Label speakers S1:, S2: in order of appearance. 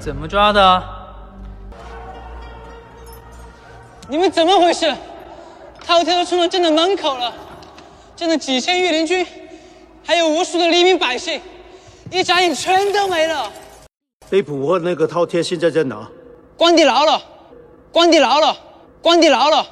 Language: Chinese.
S1: 怎么抓的？
S2: 你们怎么回事？他有天都冲到朕的门口了，朕的几千御林军，还有无数的黎民百姓，一眨眼全都没了。
S3: 被捕获那个饕餮现在在哪？
S2: 关帝牢了，关帝牢了，关帝牢了。